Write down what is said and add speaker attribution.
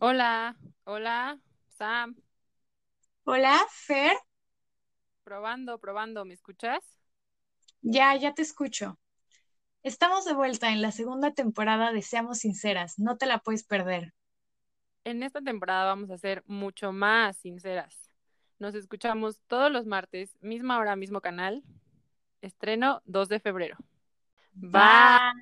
Speaker 1: Hola, hola, Sam,
Speaker 2: Hola, Fer.
Speaker 1: probando, probando, ¿me escuchas?
Speaker 2: Ya, ya te escucho. Estamos de vuelta en la segunda temporada de Seamos Sinceras, no te la puedes perder.
Speaker 1: En esta temporada vamos a ser mucho más sinceras. Nos escuchamos todos los martes, misma hora, mismo canal. Estreno 2 de febrero. Bye.